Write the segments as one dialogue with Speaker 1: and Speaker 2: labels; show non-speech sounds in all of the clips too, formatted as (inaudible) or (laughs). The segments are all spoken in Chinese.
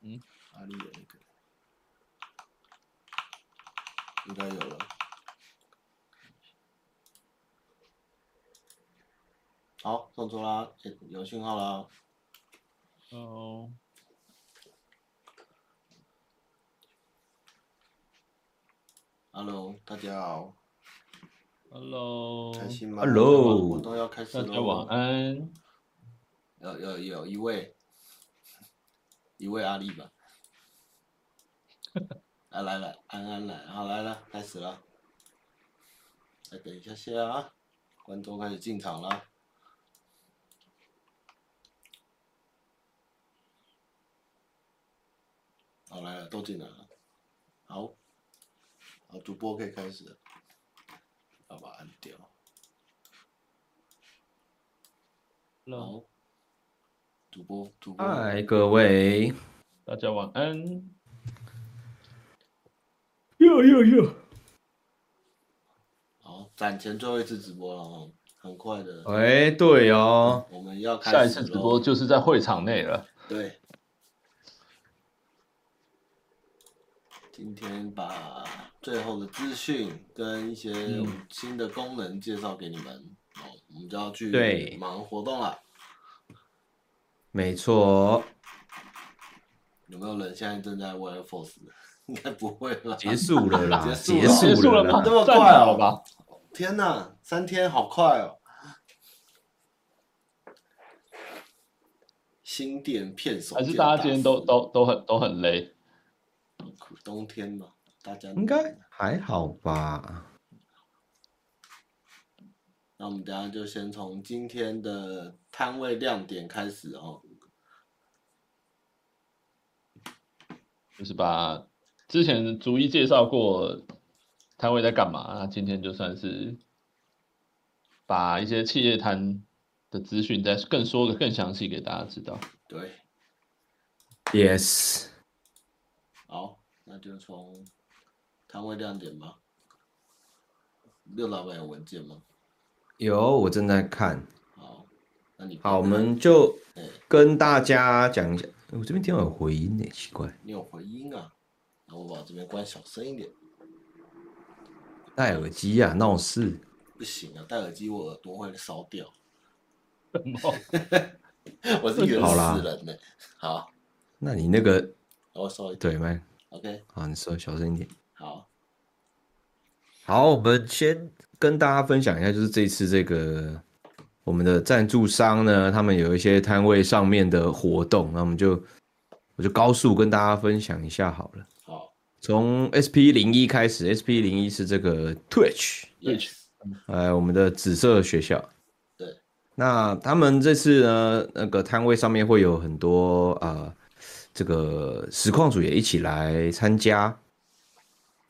Speaker 1: 嗯，哪里有一个？应嗯该有了。好，上桌啦，诶有讯号啦，
Speaker 2: 哦，
Speaker 1: Hello，大家好，
Speaker 2: Hello，
Speaker 1: 开心吗
Speaker 3: Hello
Speaker 1: 活动要开始
Speaker 2: 大
Speaker 1: 了。
Speaker 2: 家晚。安。
Speaker 1: 有有有一位，一位阿丽吧。啊，来了，安安来，好来了，开始了。再等一下下啊，观众开始进场了。好来了，都进来了。好，好，主播可以开始了。要把它按掉。
Speaker 2: Hello，
Speaker 1: 好，主播，主播。
Speaker 3: 嗨，各位，
Speaker 2: 大家晚安。
Speaker 3: 哟哟哟！
Speaker 1: 好，攒钱最后一次直播了哦，很快的，
Speaker 3: 哎，对哦，
Speaker 1: 我们要开始
Speaker 2: 下一次直播
Speaker 1: 咯
Speaker 2: 就是在会场内了。
Speaker 1: 对。今天把最后的资讯跟一些我
Speaker 2: 嗯
Speaker 1: 们新的功能介绍给你们，哦，我们就要去
Speaker 3: 对
Speaker 1: 忙活动了。
Speaker 3: 没错，
Speaker 1: 有没有人现在正在 w i r Force？应 (laughs) 该不会吧？
Speaker 3: 结束了 (laughs) 啦，
Speaker 1: 结
Speaker 3: 结
Speaker 1: 束
Speaker 2: 结束了
Speaker 3: 了
Speaker 2: 吗？
Speaker 3: 啦
Speaker 1: 这么
Speaker 2: 算
Speaker 1: 快
Speaker 2: 好
Speaker 1: 哦
Speaker 2: 吧？
Speaker 1: 天哪，三天好快哦！新店骗手
Speaker 2: 还是
Speaker 1: 店大
Speaker 2: 大家今天
Speaker 1: 师
Speaker 2: 都都都很都很累？
Speaker 1: 冬天嘛，大家
Speaker 3: 应该还好吧？
Speaker 1: 那我们等一下就先从今天的摊位亮点开始哦。
Speaker 2: 就是把之前逐一介绍过摊位在干嘛，那今天就算是把一些企业摊的资讯再更说的更详细给大家知道。
Speaker 1: 对，
Speaker 3: ，yes，
Speaker 1: 好，那就从摊位亮点吧。六老板有文件吗？
Speaker 3: 有我正在看。
Speaker 1: 好，那你
Speaker 3: 好，我
Speaker 1: 看
Speaker 3: 们就
Speaker 1: 哎
Speaker 3: 跟大家讲一下，哎我这边听到有回音呢，奇怪，
Speaker 1: 你有回音啊？那我把这边关小声一点。
Speaker 3: 戴耳机啊，闹事。
Speaker 1: 不行啊，戴耳机我耳朵会烧掉。 (laughs)
Speaker 2: 什
Speaker 1: 我是原
Speaker 3: 好啦
Speaker 1: 始人呢、好，
Speaker 3: 那你那个
Speaker 1: 那我稍微
Speaker 3: 对麦，
Speaker 1: OK，
Speaker 3: 好，你说小声一点。
Speaker 1: 好，
Speaker 3: 好，我们先跟大家分享一下，就是这次这个我们的赞助商呢，他们有一些摊位上面的活动，那我们就我就高速跟大家分享一下好了。
Speaker 1: 好
Speaker 3: 从 SP 零一开始，SP 零一是这个 Twitch，
Speaker 2: 对
Speaker 1: ，Yes，
Speaker 3: 呃，我们的紫色学校。
Speaker 1: 对，
Speaker 3: 那他们这次呢，那个摊位上面会有很多呃，这个实况组也一起来参加，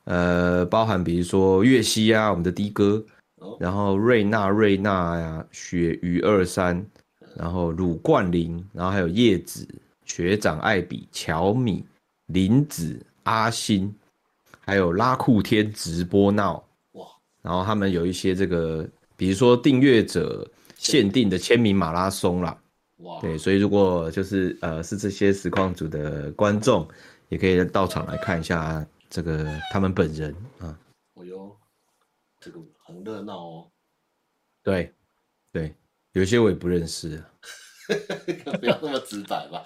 Speaker 3: 呃，包含比如说月西啊，我们的的哥，
Speaker 1: 哦，
Speaker 3: 然后瑞娜、瑞娜呀、鳕鱼二三，然后鲁冠霖，然后还有叶子学长艾比、乔米、林子、阿星，还有拉酷天直播闹，
Speaker 1: 哇，
Speaker 3: 然后他们有一些这个，比如说订阅者限定的签名马拉松啦，
Speaker 1: 哇，
Speaker 3: 对，所以如果就是呃是这些实况组的观众，也可以到场来看一下这个他们本人啊，
Speaker 1: 我哟，哎这个很热闹哦，
Speaker 3: 对，对，有一些我也不认识，
Speaker 1: (laughs) 不要那么直白
Speaker 3: (laughs)
Speaker 1: 吧。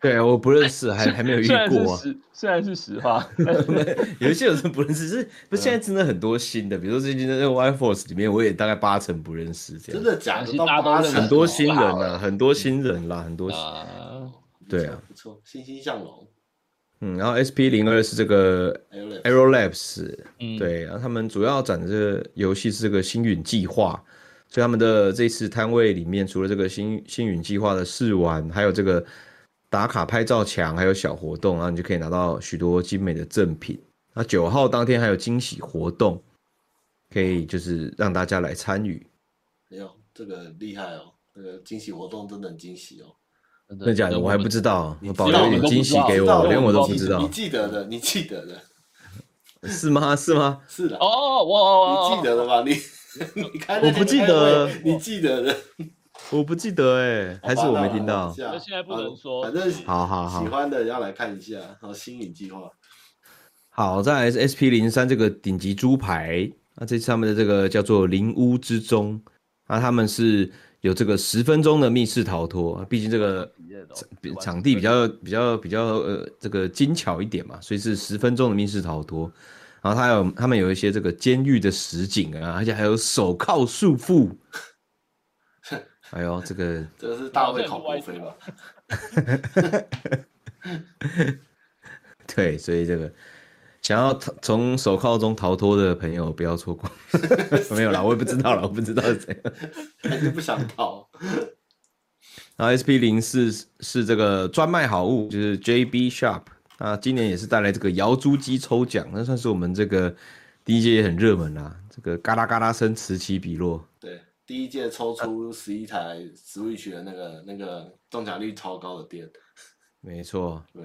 Speaker 3: 对，啊我不认识，还还没有
Speaker 2: (laughs)
Speaker 3: 遇
Speaker 2: 虽然是
Speaker 3: 过、啊
Speaker 2: 实，虽然是实话，
Speaker 3: 有一些有人不认识，是
Speaker 2: 嗯
Speaker 3: 不是？现在真的很多新的，比如说最近的那个 Y Force 里面，我也大概八成不认识，这
Speaker 1: 真
Speaker 3: 样
Speaker 1: 的假的？
Speaker 2: 相信
Speaker 1: 到
Speaker 2: 大家都
Speaker 1: 八
Speaker 2: 认
Speaker 1: 成
Speaker 2: 识
Speaker 3: 很多
Speaker 1: 哦
Speaker 3: 新人啊，很多新人啦，很多新
Speaker 2: 啊，
Speaker 3: 对啊，
Speaker 1: 不错，不错欣欣向荣。
Speaker 3: 嗯，然后 SP 零二是这个
Speaker 1: 还有嘞，
Speaker 3: Aero Labs，
Speaker 2: 嗯，
Speaker 3: 对，然后他们主要展的这个游戏是这个星陨计划，所以他们的这次摊位里面，除了这个星星陨计划的试玩，还有这个打卡拍照墙，还有小活动，然后你就可以拿到许多精美的赠品。那九号当天还有惊喜活动，可以就是让大家来参与，
Speaker 1: 哎呦，这个厉害哦，这个惊喜活动真的很惊喜哦。
Speaker 2: 真
Speaker 3: 真的假的？我还不知道，
Speaker 1: 你
Speaker 3: 我
Speaker 1: 知
Speaker 3: 保
Speaker 1: 道
Speaker 3: 留
Speaker 1: 我
Speaker 3: 一点
Speaker 1: 都不
Speaker 3: 惊
Speaker 2: 知
Speaker 3: 喜
Speaker 2: 道
Speaker 3: 给
Speaker 2: 知
Speaker 1: 知
Speaker 2: 道
Speaker 3: 我，
Speaker 1: 我
Speaker 3: 连
Speaker 2: 我
Speaker 3: 我都
Speaker 2: 都
Speaker 3: 不
Speaker 1: 你
Speaker 3: 知道
Speaker 1: 你，记得的，你记得的，
Speaker 3: 是吗？是吗？
Speaker 1: 是的，
Speaker 2: 哦哦，我
Speaker 1: 你记得的吧？你 (laughs) 你看那
Speaker 3: 我不
Speaker 1: 天
Speaker 3: 记
Speaker 1: 开
Speaker 3: 得
Speaker 1: 会你记得的，
Speaker 3: 我不记得哎、还是我没听到。
Speaker 2: 那现在不能说
Speaker 1: 反正
Speaker 3: 好好
Speaker 1: 喜
Speaker 3: 好
Speaker 1: 欢的要来看一下。然后星影计划，
Speaker 3: 好，再来是 SP 零三这个顶级猪排，那这次他们的这个叫做灵屋之中，那他们是有这个十分钟的密室逃脱，毕竟这个
Speaker 2: 体验的哦
Speaker 3: 比场地比较比较比较呃这个精巧一点嘛，所以是十分钟的密室逃脱。然后他有他们有一些这个监狱的实景啊，而且还有手铐束缚。哎呦，这个
Speaker 1: 这个是大卫考国飞吧？ (laughs)
Speaker 3: 对，所以这个想要逃从手铐中逃脱的朋友不要错过。 (laughs) 没有啦，我也不知道啦，我不知道是怎样。
Speaker 1: 还是不想逃？
Speaker 3: 然后 SP 零四是这个专卖好物，就是 JB Shop 啊，今年也是带来这个摇珠机抽奖，那算是我们这个第一届也很热门啦、这个嘎啦嘎啦声此起彼落，
Speaker 1: 对，第一届抽
Speaker 3: 啊
Speaker 1: 出十一台 Switch 的那个那个中奖率超高的店，
Speaker 3: 没错。
Speaker 1: 对，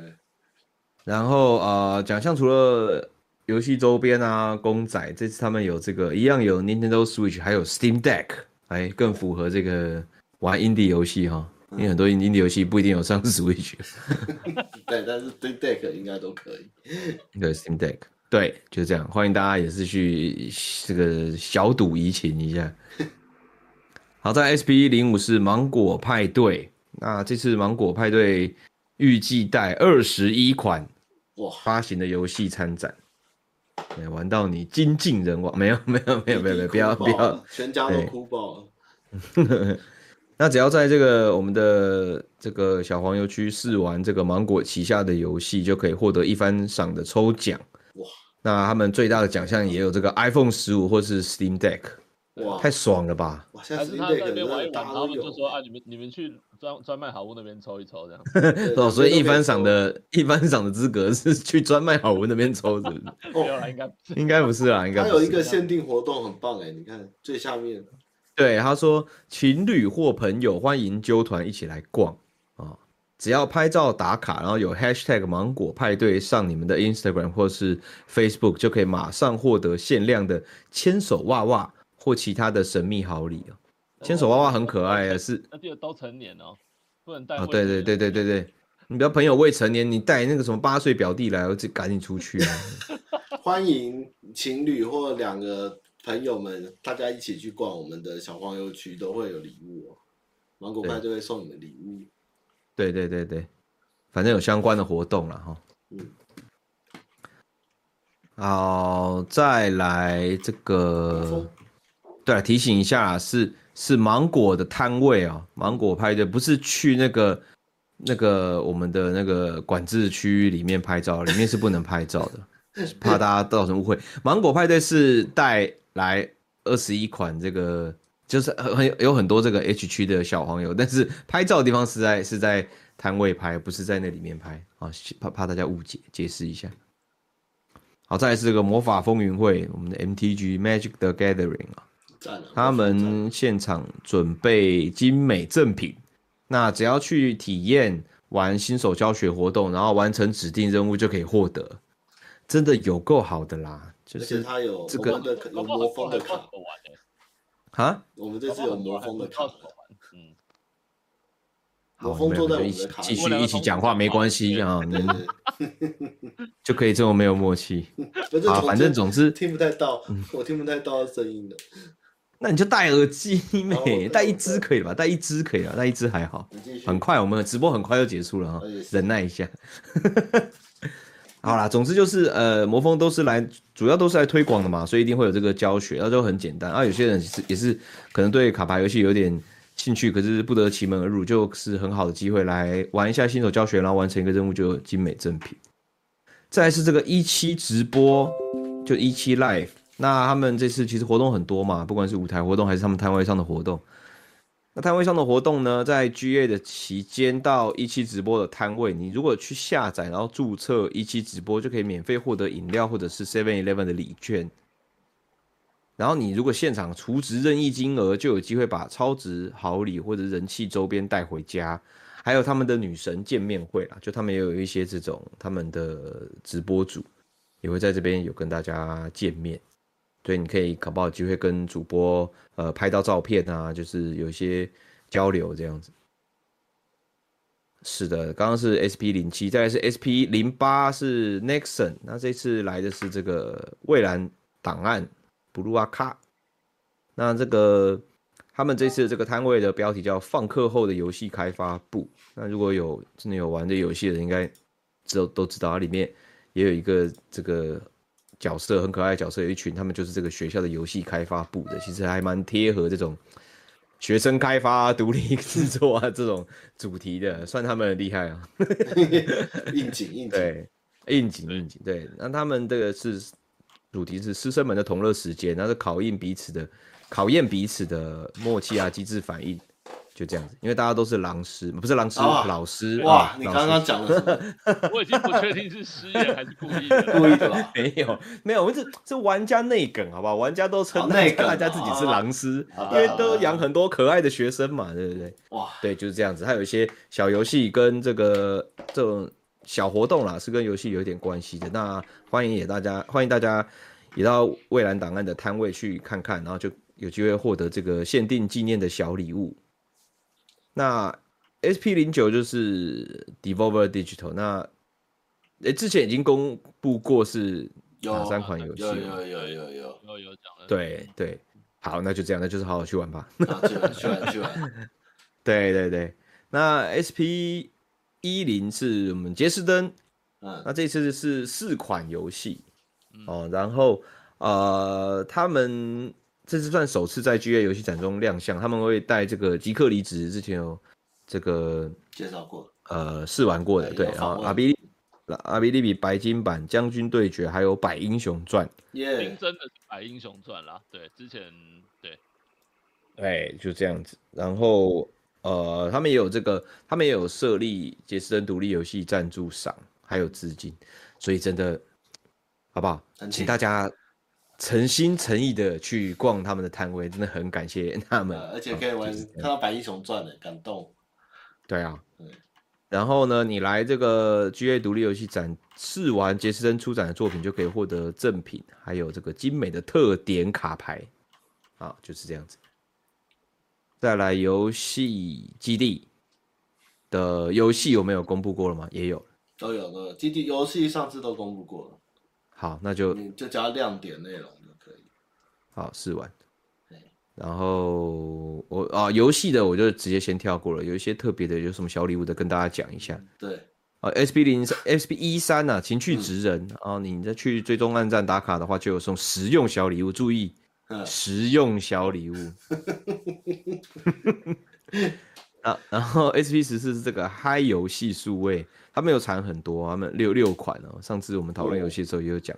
Speaker 3: 然后呃，奖项除了游戏周边啊、公仔，这次他们有这个一样有 Nintendo Switch，还有 Steam Deck，哎，更符合这个玩 indie 游戏哈，因为很多 indie 游戏不一定有上 (laughs) Switch。
Speaker 1: 对，但是 d i Deck 应该都可以。
Speaker 3: 对 Steam Deck，对，就这样，欢迎大家也是去这个小赌怡情一下。好，在 SP 零五是芒果派对，那这次芒果派对预计带二十一款
Speaker 1: 哇，
Speaker 3: 发行的游戏参展，对，玩到你精尽人亡，没有没有 (laughs) 没有没有没有，不要
Speaker 1: 哭
Speaker 3: 不
Speaker 1: 爆
Speaker 3: 要
Speaker 1: 了，全家都
Speaker 3: 对
Speaker 1: 哭爆了。
Speaker 3: 那只要在这个我们的这个小黄油区试玩这个芒果旗下的游戏，就可以获得一番赏的抽奖。
Speaker 1: 哇！
Speaker 3: 那他们最大的奖项也有这个 iPhone 十五或是 Steam Deck，
Speaker 1: 哇
Speaker 3: 太爽了吧！
Speaker 1: 哇，现在
Speaker 2: 还
Speaker 1: Steam
Speaker 2: 是他在
Speaker 1: Deck
Speaker 2: 那
Speaker 1: 真
Speaker 2: 边玩一
Speaker 1: 的
Speaker 2: 玩，
Speaker 1: 大家
Speaker 2: 然后他
Speaker 1: 都
Speaker 2: 们就
Speaker 1: 有。
Speaker 3: (laughs)
Speaker 2: 说啊，你们你们去专专卖好物那边抽一抽这样。
Speaker 1: 对
Speaker 3: 哦，所以一番赏
Speaker 1: 赏
Speaker 3: 的一番赏的资格是去专卖好文那边抽，是不是？
Speaker 2: 没有啦，应该不是。
Speaker 3: 应该不是啦，应该
Speaker 1: 它
Speaker 3: 不
Speaker 1: 有
Speaker 3: 是
Speaker 1: 一个限定活动，很棒哎！你看最下
Speaker 2: (laughs)
Speaker 1: 面，
Speaker 3: 对，他说情侣或朋友欢迎揪团一起来逛啊、哦只要拍照打卡，然后有 hashtag 芒果派对上你们的 Instagram 或是 Facebook，就可以马上获得限量的牵手袜袜或其他的神秘好礼哦。牵手娃娃很可爱啊，是
Speaker 2: 那这个都成年哦，不能带
Speaker 3: 啊、
Speaker 2: 未成
Speaker 3: 对
Speaker 2: 年。
Speaker 3: 对对对对对，你不要朋友未成年，你带那个什么八岁表弟来，我就赶紧出去啊。
Speaker 1: 欢迎情侣或两个朋友们，大家一起去逛我们的小黄油区，都会有礼物哦。芒果派就会送你们礼物。
Speaker 3: 对对对对，反正有相关的活动了哈。
Speaker 1: 嗯
Speaker 3: 好，再来这
Speaker 1: 国
Speaker 3: 个
Speaker 1: 风，
Speaker 3: 对啊，提醒一下，是是芒果的摊位哦，芒果派对不是去那个那个我们的那个管制区域里面拍照，里面是不能拍照的，是怕大家造成误会。芒果派对是带来二十一款这个，就是很很有很多这个 H 区的小黄油，但是拍照的地方是在是在摊位拍，不是在那里面拍啊，怕怕大家误解，解释一下。好，再来是这个魔法风云会，我们的 MTG Magic the Gathering 啊，
Speaker 1: 赞了，
Speaker 3: 他
Speaker 1: 赞啊
Speaker 3: 们现场准备精美赠品，那只要去体验玩新手教学活动，然后完成指定任务就可以获得，真的有够好的啦！就
Speaker 1: 而且
Speaker 3: 是
Speaker 1: 它有
Speaker 3: 这
Speaker 1: 我
Speaker 3: 个
Speaker 1: 们的可有
Speaker 2: 搞不好
Speaker 1: 魔风的
Speaker 2: 很多人还
Speaker 1: 卡
Speaker 2: 不知道
Speaker 1: 我们这
Speaker 2: 怎，么玩欸
Speaker 3: 啊，
Speaker 1: 次有魔风的卡
Speaker 2: 搞不好很多人还不知道怎么玩嗯，
Speaker 3: 好
Speaker 1: 魔风
Speaker 3: 你们
Speaker 1: 坐在我们
Speaker 3: 你们一
Speaker 1: 的
Speaker 3: 起
Speaker 1: 卡
Speaker 3: 继
Speaker 1: 上
Speaker 3: 续一起讲话没关系
Speaker 1: (laughs)
Speaker 3: 啊，你们就可以这么没有默契
Speaker 1: 不是
Speaker 3: 啊。
Speaker 1: 总
Speaker 3: 反正
Speaker 1: 之
Speaker 3: 总嗯之，
Speaker 1: 听不太到，我听不太到声音的。
Speaker 3: 那你就戴耳机
Speaker 1: 好我
Speaker 3: 没？戴一只可以了吧？戴一只可以了，戴一只还好。
Speaker 1: 你继续，
Speaker 3: 很快，我们直播很快就结束了哈
Speaker 1: 哎也，是
Speaker 3: 忍耐一下。 (laughs) 好啦，总之就是呃，魔方都是来主要都是来推广的嘛，所以一定会有这个教学，那就很简单啊。有些人是也是可能对卡牌游戏有点兴趣，可是不得其门而入，就是很好的机会来玩一下新手教学，然后完成一个任务就有精美赠品。再来是这个一期直播，就一期 live。那他们这次其实活动很多嘛，不管是舞台活动还是他们摊位上的活动。那摊位上的活动呢，在 GA 的期间到一期直播的摊位，你如果去下载，然后注册一期直播，就可以免费获得饮料或者是 Seven Eleven 的礼券。然后你如果现场储值任意金额，就有机会把超值好礼或者人气周边带回家。还有他们的女神见面会啦，就他们也有一些这种他们的直播主也会在这边有跟大家见面。对，你可以搞不好有机会跟主播呃拍到照片啊，就是有一些交流这样子。是的，刚刚是 SP 零七，再来是 SP 零八是 Nexon，那这次来的是这个蔚蓝档案 Blue 阿卡。那这个他们这次的这个摊位的标题叫“放课后的游戏开发部”。那如果有真的有玩这游戏的人，应该知道都知道，它里面也有一个这个角色很可爱的角色，有一群他们就是这个学校的游戏开发部的，其实还蛮贴合这种学生开发、啊、独立制作啊这种主题的，算他们厉害啊。
Speaker 1: 应景应景，
Speaker 3: 对，应景应景，对。那他们这个是主题是师生们的同乐时间，那是考验彼此的考验彼此的默契啊、机智反应，就这样子。因为大家都是狼师，不是狼师，
Speaker 1: 啊
Speaker 3: 老师。
Speaker 1: 哇
Speaker 3: 啊，
Speaker 1: 你
Speaker 3: 老
Speaker 1: 刚
Speaker 3: 师
Speaker 1: 刚讲了什么？
Speaker 2: 我已经不确定是失业还是故意的了。
Speaker 1: 故意的吧？
Speaker 3: (laughs) 没有没有，我这这玩家内梗，好不好？玩家都
Speaker 1: 哦
Speaker 3: 称
Speaker 1: 内梗
Speaker 3: 大家自己是狼师，
Speaker 1: 啊
Speaker 3: 因为都养很多可爱的学生嘛，对不对？
Speaker 1: 哇，
Speaker 3: 对，就是这样子。还有一些小游戏跟这个这种小活动啦，是跟游戏有一点关系的。那欢迎也大家，欢迎大家也到蔚蓝档案的摊位去看看，然后就有机会获得这个限定纪念的小礼物。那 SP 零九就是 Devolver Digital，那诶、之前已经公布过是
Speaker 1: 有
Speaker 3: 哪 (laughs) 三款游戏
Speaker 1: 有有
Speaker 3: 了？
Speaker 1: 有有有，
Speaker 2: 有有讲了，
Speaker 3: 对对，好，那就这样，那就是好好去玩吧。
Speaker 1: 啊，去玩去玩去玩，
Speaker 3: 对对对，那 SP 一零是我们杰斯登，
Speaker 1: 嗯，
Speaker 3: 那这次是四款游戏哦，然后呃，他们这次算首次在 GA 游戏展中亮相，他们会带这个极客离职，之前有这个
Speaker 1: 介绍过，
Speaker 3: 呃试玩过的，
Speaker 1: 对
Speaker 3: 对，
Speaker 1: 有
Speaker 3: 然后
Speaker 1: 访问
Speaker 3: 阿比呃阿比利比白金版、将军对决，还有百英雄传，
Speaker 2: 新
Speaker 1: 耶，
Speaker 2: 增的是《百英雄传》啦，对，之前对
Speaker 3: 对，哎就这样子。然后呃，他们也有这个，他们也有设立杰斯登独立游戏赞助赏，还有资金，所以真的好不好
Speaker 1: 很？
Speaker 3: 请
Speaker 1: 请
Speaker 3: 大家诚心诚意的去逛他们的摊位，真的很感谢他们，
Speaker 1: 呃而且可以玩
Speaker 3: 啊就是这
Speaker 1: 看
Speaker 3: 样
Speaker 1: 到白英雄传的，感动，
Speaker 3: 对啊
Speaker 1: 对，
Speaker 3: 然后呢，你来这个 GA 独立游戏展试玩杰斯登出展的作品，就可以获得赠品，还有这个精美的特点卡牌，啊，就是这样子。再来游戏基地的游戏有没有公布过了吗？也有。
Speaker 1: 都有都有，基地游戏上次都公布过了，
Speaker 3: 好，那就
Speaker 1: 你就加亮点内容就可以。
Speaker 3: 好试玩
Speaker 1: 对。
Speaker 3: 然后我啊，游戏的我就直接先跳过了，有一些特别的，有什么小礼物的跟大家讲一下。
Speaker 1: 对，
Speaker 3: 啊，SP 零 SP 一三呐，情趣职人啊，你再去追踪暗战打卡的话，就有送实用小礼物，注意
Speaker 1: 嗯，
Speaker 3: 实用小礼物。啊，然后 SP 十四是这个嗨游戏数位，他们有产很多，他们六六款哦。上次我们讨论游戏的时候也有讲。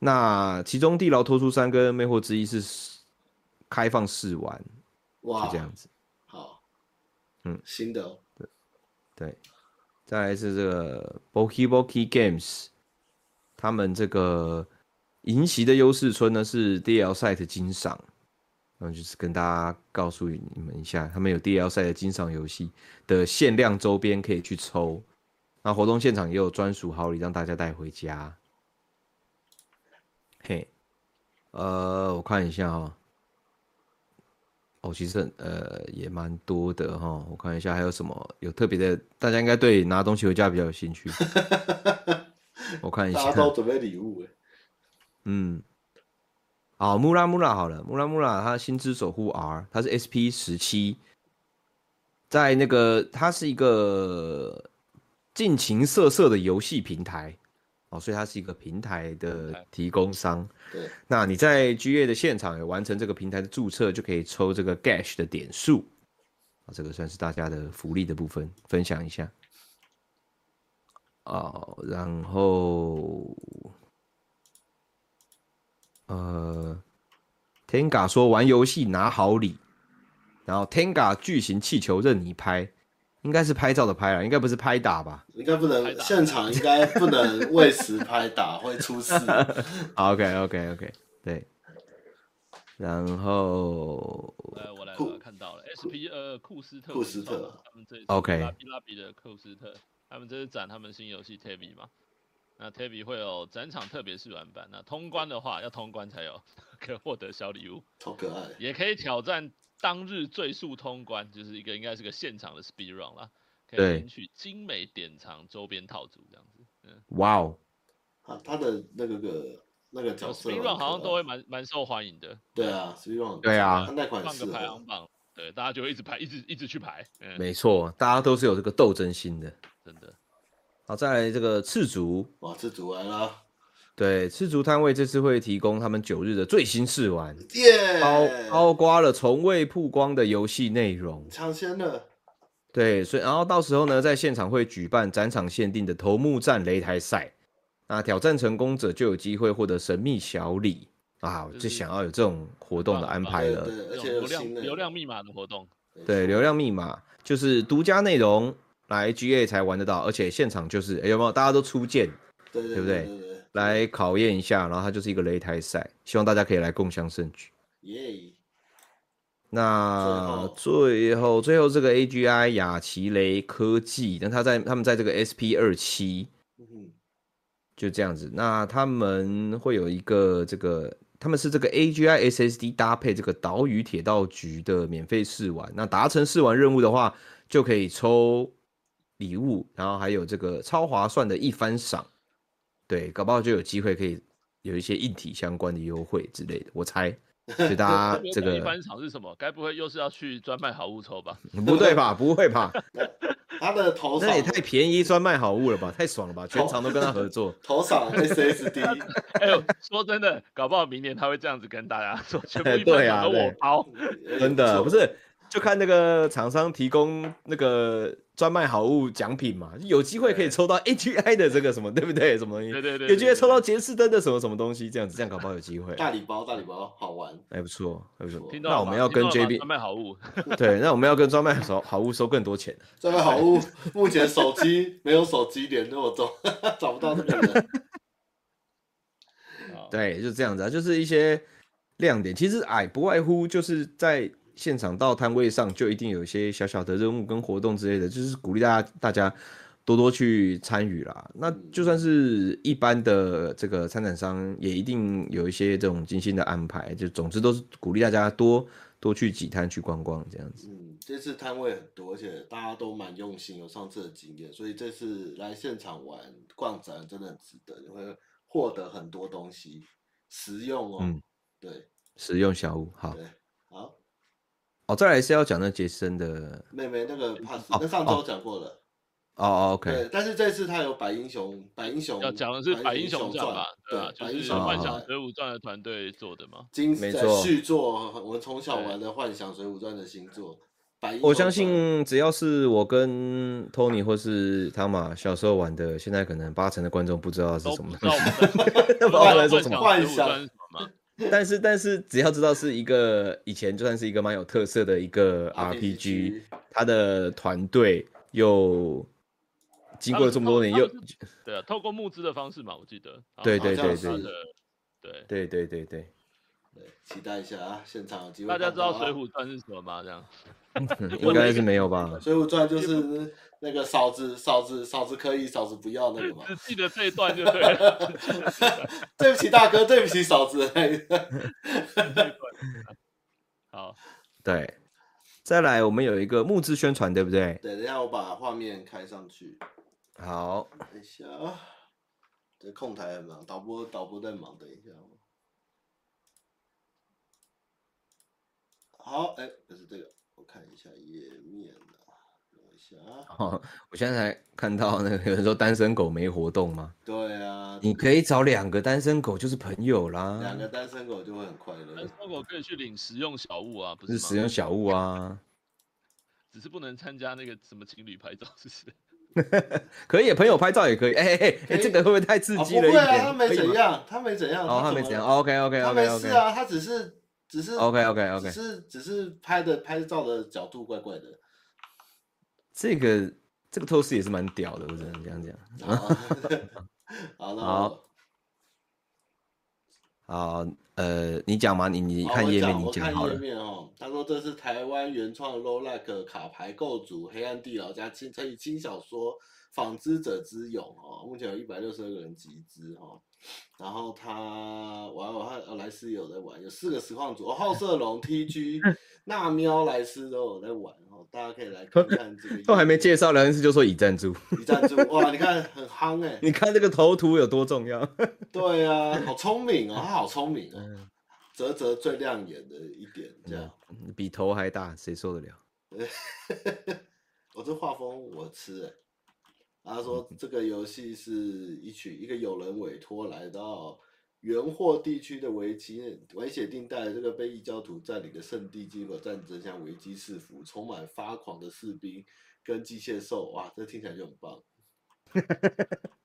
Speaker 3: 那其中《地牢脱出山》跟《魅惑之一》是开放试玩，
Speaker 1: 哇，
Speaker 3: 就这样子。
Speaker 1: 好，
Speaker 3: 嗯，
Speaker 1: 新的哦
Speaker 3: 对，再来是这个 Boki Boki Games，他们这个银席的优势村呢是 DL 赛的金赏，然后就是跟大家告诉你们一下，他们有 DL 赛的金赏游戏的限量周边可以去抽，那活动现场也有专属好礼让大家带回家。嘿，呃，我看一下哦。哦，其实很呃也蛮多的哈、我看一下还有什么有特别的，大家应该对拿东西回家比较有兴
Speaker 1: (laughs)
Speaker 3: 趣。我看一
Speaker 1: 大
Speaker 3: 下
Speaker 1: 家，都准备礼物哎，
Speaker 3: 嗯，好，穆拉穆拉好了，穆拉穆拉他心之守护 R，他是 SP 十七，在那个它是一个尽情色色的游戏平台哦，所以它是一个平台
Speaker 2: 平
Speaker 3: 的
Speaker 2: 台
Speaker 3: 提供商。
Speaker 1: 对，
Speaker 3: 那你在 G A 的现场有完成这个平台的注册，就可以抽这个 Gash 的点数啊，这个算是大家的福利的部分，分享一下。哦，然后呃，Tenga 说玩游戏拿好礼，然后 Tenga 巨型气球任你拍，应该是拍照的拍了，应该不是拍打吧？
Speaker 1: 应该不
Speaker 2: 拍
Speaker 1: 能
Speaker 2: 打
Speaker 1: 现场，应该不能喂食拍打，会出
Speaker 3: (laughs)
Speaker 1: 事。
Speaker 3: 好，OK OK OK，对。然后
Speaker 2: 呃，我来
Speaker 1: 库
Speaker 2: 了，看到了 SP 呃库斯特
Speaker 1: 库斯特
Speaker 2: 文创他们这一次
Speaker 3: OK
Speaker 2: 拉比拉比的库斯特，他们这是展他们新游戏 Tabby 嘛，那 Tabby 会有展场特别试玩版，那通关的话要通关才有可以获得小礼物，
Speaker 1: 超可爱，
Speaker 2: 也可以挑战当日最速通关，就是一个应该是个现场的 speed run 啦，可
Speaker 3: 对
Speaker 2: 以领取精美典藏周边套组这样子。嗯，
Speaker 3: 哇哦，
Speaker 1: 他他的那个个那个角色
Speaker 2: speed
Speaker 1: 很可
Speaker 2: run 哦好像都
Speaker 1: 爱
Speaker 2: 会蛮蛮受欢迎的，
Speaker 1: 对啊，Speed Run
Speaker 3: 对啊
Speaker 1: 他那款
Speaker 2: 放
Speaker 1: 适
Speaker 2: 个排
Speaker 1: 合
Speaker 2: 行榜，对，大家就会一直排，一直一直去排。嗯，
Speaker 3: 没错，大家都是有这个斗争心的。
Speaker 2: 真的，
Speaker 3: 好，再来这个赤足，
Speaker 1: 哇，这组完了，
Speaker 3: 对，赤足摊位这次会提供他们九日的最新试玩，
Speaker 1: 耶，
Speaker 3: 包包括了从未曝光的游戏内容。
Speaker 1: 抢先了，
Speaker 3: 对，所以然后到时候呢，在现场会举办展场限定的头目战擂台赛，那挑战成功者就有机会获得神秘小礼啊！我
Speaker 2: 就
Speaker 3: 就是
Speaker 1: 嗯
Speaker 3: 想要有这种活动的安排
Speaker 1: 对
Speaker 3: 了。
Speaker 1: 啊对，而
Speaker 2: 那种
Speaker 1: 且
Speaker 2: 流
Speaker 1: 有新
Speaker 2: 量
Speaker 1: 的
Speaker 2: 流量密码的活动，
Speaker 3: 对，流量密码就是独家内容，来 GA 才玩得到，而且现场就是哎诶有没有大家都出剑
Speaker 1: 对对
Speaker 3: 对不
Speaker 1: 对
Speaker 3: 对
Speaker 1: 对，
Speaker 3: 来考验一下，然后它就是一个擂台赛，希望大家可以来共襄盛举。
Speaker 1: 耶，
Speaker 3: 那最后最后这个 AGI 雅奇雷科技，那他在他们在这个 SP 二七
Speaker 1: 嗯哼，
Speaker 3: 就这样子，那他们会有一个这个。他们是这个 AGI SSD 搭配这个岛屿铁道局的免费试玩，那达成试玩任务的话，就可以抽礼物，然后还有这个超划算的一番赏，对，搞不好就有机会可以有一些硬体相关的优惠之类的，我猜。所以大家这个
Speaker 2: 一般场是什么？该不会又是要去专卖好物抽吧？
Speaker 3: 不对吧？不会吧？
Speaker 1: 他的头
Speaker 3: 那也
Speaker 1: 赏，
Speaker 3: 太便宜，专卖好物了吧？太爽了吧！全场都跟他合作
Speaker 1: 头赏 SSD，
Speaker 2: 哎呦，说真的，搞不好明年他会这样子跟大家说，全部一般
Speaker 3: 对啊
Speaker 2: 场都我
Speaker 3: 对
Speaker 2: 包。
Speaker 3: (laughs) 真的不是？就看那个厂商提供那个专卖好物奖品嘛，有机会可以抽到 AGI 的这个什么，对不对？什么东西？
Speaker 2: 对对对，
Speaker 3: 有机会
Speaker 2: 对
Speaker 3: 抽到杰士登的什么什么东西？这样子，这样搞不好有机会。哎
Speaker 1: 大礼包，大礼包好玩，
Speaker 3: 还不错，还不错
Speaker 1: 不。
Speaker 2: 听到
Speaker 3: 那我们要跟 JB
Speaker 2: 专卖好物，
Speaker 3: 对，那我们要跟专卖好好物收更多钱。
Speaker 1: 这个好物，目前手机没有手机联络中，找不 (laughs) 到这个人，
Speaker 3: 对，就这样子啊，就是一些亮点。其实哎，不外乎就是在现场到摊位上，就一定有一些小小的任务跟活动之类的，就是鼓励大家大家多多去参与啦。那就算是一般的这个参展商，也一定有一些这种精心的安排。就总之都是鼓励大家多多去几摊去逛逛这样子。
Speaker 1: 嗯，这次摊位很多，而且大家都蛮用心，有上次的经验，所以这次来现场玩逛展真的很值得，你会获得很多东西，实用哦。
Speaker 3: 嗯
Speaker 1: 对
Speaker 3: 实用小物，好
Speaker 1: 对，好，
Speaker 3: 哦，再来是要讲那杰森的
Speaker 1: 妹妹那个 pass，、
Speaker 3: 哦
Speaker 1: 那上周讲过了。
Speaker 3: 哦哦，OK，
Speaker 1: 对，但是这次他有百英雄，百英雄
Speaker 2: 要讲的是《百
Speaker 1: 百
Speaker 2: 英雄传》
Speaker 1: 传
Speaker 2: 吧？对啊，
Speaker 1: 百英
Speaker 2: 就是
Speaker 1: 雄
Speaker 3: 传
Speaker 2: 幻
Speaker 1: 嘛
Speaker 2: 想水浒传的团队做的嘛。
Speaker 1: 金
Speaker 3: 没
Speaker 1: 在
Speaker 3: 错
Speaker 1: 续作，我们从小玩的《幻想水浒传》的新作，百英雄传
Speaker 3: 我相信只要是我跟 Tony 或是汤马小时候玩的，现在可能八成的观众不知道是
Speaker 2: 都
Speaker 3: 什
Speaker 2: 不
Speaker 3: 么
Speaker 2: 知，道我们 (laughs)
Speaker 3: 不知道 (laughs) 我在说什么。
Speaker 1: 幻
Speaker 2: 幻
Speaker 1: 想
Speaker 2: 想水浒传是什么嘛？
Speaker 3: 但是但是只要知道是一个以前就算是一个蛮有特色的一个 RPG，
Speaker 1: RPG，
Speaker 3: 它的团队又经过了这么多年，又
Speaker 2: 他们对啊，透过募资的方式嘛，我记得。好
Speaker 3: 对
Speaker 1: 对
Speaker 2: 好像
Speaker 1: 对
Speaker 2: 是
Speaker 1: 对
Speaker 2: 的对，
Speaker 3: 对对
Speaker 2: (laughs)
Speaker 3: 对对，
Speaker 1: 对，期待一下啊，现场有机会
Speaker 2: 大
Speaker 1: 看到
Speaker 2: 家
Speaker 1: 啊。
Speaker 2: 知道《水浒传》是什么吗？这样，
Speaker 3: 嗯应该是没有吧？
Speaker 1: 水浒传》就是那个嫂子，嫂子，嫂子可以，嫂子不要那个嘛。 (laughs)
Speaker 2: 只记得这一段就对
Speaker 3: (laughs)
Speaker 2: 了。
Speaker 1: 对不起大哥，对不起嫂子。 (laughs)
Speaker 2: 好，
Speaker 3: 对，再来我们有一个募资宣传，对不对？
Speaker 1: 等一下，我把画面开上去。
Speaker 3: 好， (laughs)
Speaker 1: 等一下啊，这控台很忙，导播导播在忙，等一下哦。好，哎、不是这个，我看一下页面啊，等一下啊。
Speaker 3: 哦，我现在才看到那个有人说单身狗没活动吗？
Speaker 1: 对啊，
Speaker 3: 你可以找两个单身狗就是朋友啦
Speaker 1: 两，个单身狗就会很快
Speaker 2: 但
Speaker 1: 乐
Speaker 2: 是。我可以去领实用小物啊，不
Speaker 3: 就是
Speaker 2: 是
Speaker 3: 使
Speaker 2: 吗
Speaker 3: 用小物啊，
Speaker 2: 只是不能参加那个什么情侣拍照，是不是？
Speaker 3: 可以，朋友拍照也可以。哦哎哎哎
Speaker 1: 可
Speaker 3: 哎，
Speaker 1: 以
Speaker 3: 这个会不会太刺
Speaker 1: 啊
Speaker 3: 激了
Speaker 1: 不
Speaker 3: 一
Speaker 1: 会啊，他
Speaker 3: 点？
Speaker 1: 没
Speaker 3: 可以
Speaker 1: 怎
Speaker 3: 吗
Speaker 1: 样，他没怎样，
Speaker 3: 哦，他
Speaker 1: 怎
Speaker 3: 没
Speaker 1: 么
Speaker 3: 怎样。哦
Speaker 1: 了，
Speaker 3: OK OK
Speaker 1: 他
Speaker 3: OK
Speaker 1: 没事
Speaker 3: OK
Speaker 1: 啊，他只是只是
Speaker 3: OK OK
Speaker 1: 只
Speaker 3: OK，
Speaker 1: 是只是拍的拍照的角度怪怪的。
Speaker 3: 这个这个透视也是蛮屌的，我只能这样讲。
Speaker 1: (laughs) 好，好那
Speaker 3: 好
Speaker 1: 我
Speaker 3: 好，呃，你讲嘛，你你
Speaker 1: 好
Speaker 3: 看
Speaker 1: 我
Speaker 3: 页面，
Speaker 1: 讲
Speaker 3: 你
Speaker 1: 我
Speaker 3: 讲
Speaker 1: 看
Speaker 3: 好
Speaker 1: 页
Speaker 3: 了。
Speaker 1: 面哦，他说这是台湾原创 LOLAC 卡牌构筑《黑暗地牢加轻乘以轻小说纺织者之勇》哦，目前有一百六十二个人集资哦。然后他，我要我还来莱斯也有在玩，有四个实况组，哦好色龙、TG、纳
Speaker 3: (laughs)
Speaker 1: 喵、莱斯都有在玩哦，大家可以来
Speaker 3: (laughs)
Speaker 1: 看看这个。
Speaker 3: 都还没介绍，梁医师就说已赞助，
Speaker 1: 一站住哇！你看很夯哎、
Speaker 3: (laughs) 你看这个头图有多重要。
Speaker 1: 对啊，好聪明哦，他好聪明哦，
Speaker 3: 嗯
Speaker 1: 泽泽最亮眼的一点这样。
Speaker 3: 比头还大，谁受得了？
Speaker 1: 我这画风我吃哎、他说这个游戏是一曲一个有人委托来到原霍地区的维基维写定带这个被异教徒占领的圣地，经过战争向维基四伏，充满发狂的士兵跟机械兽，哇，这听起来就很棒，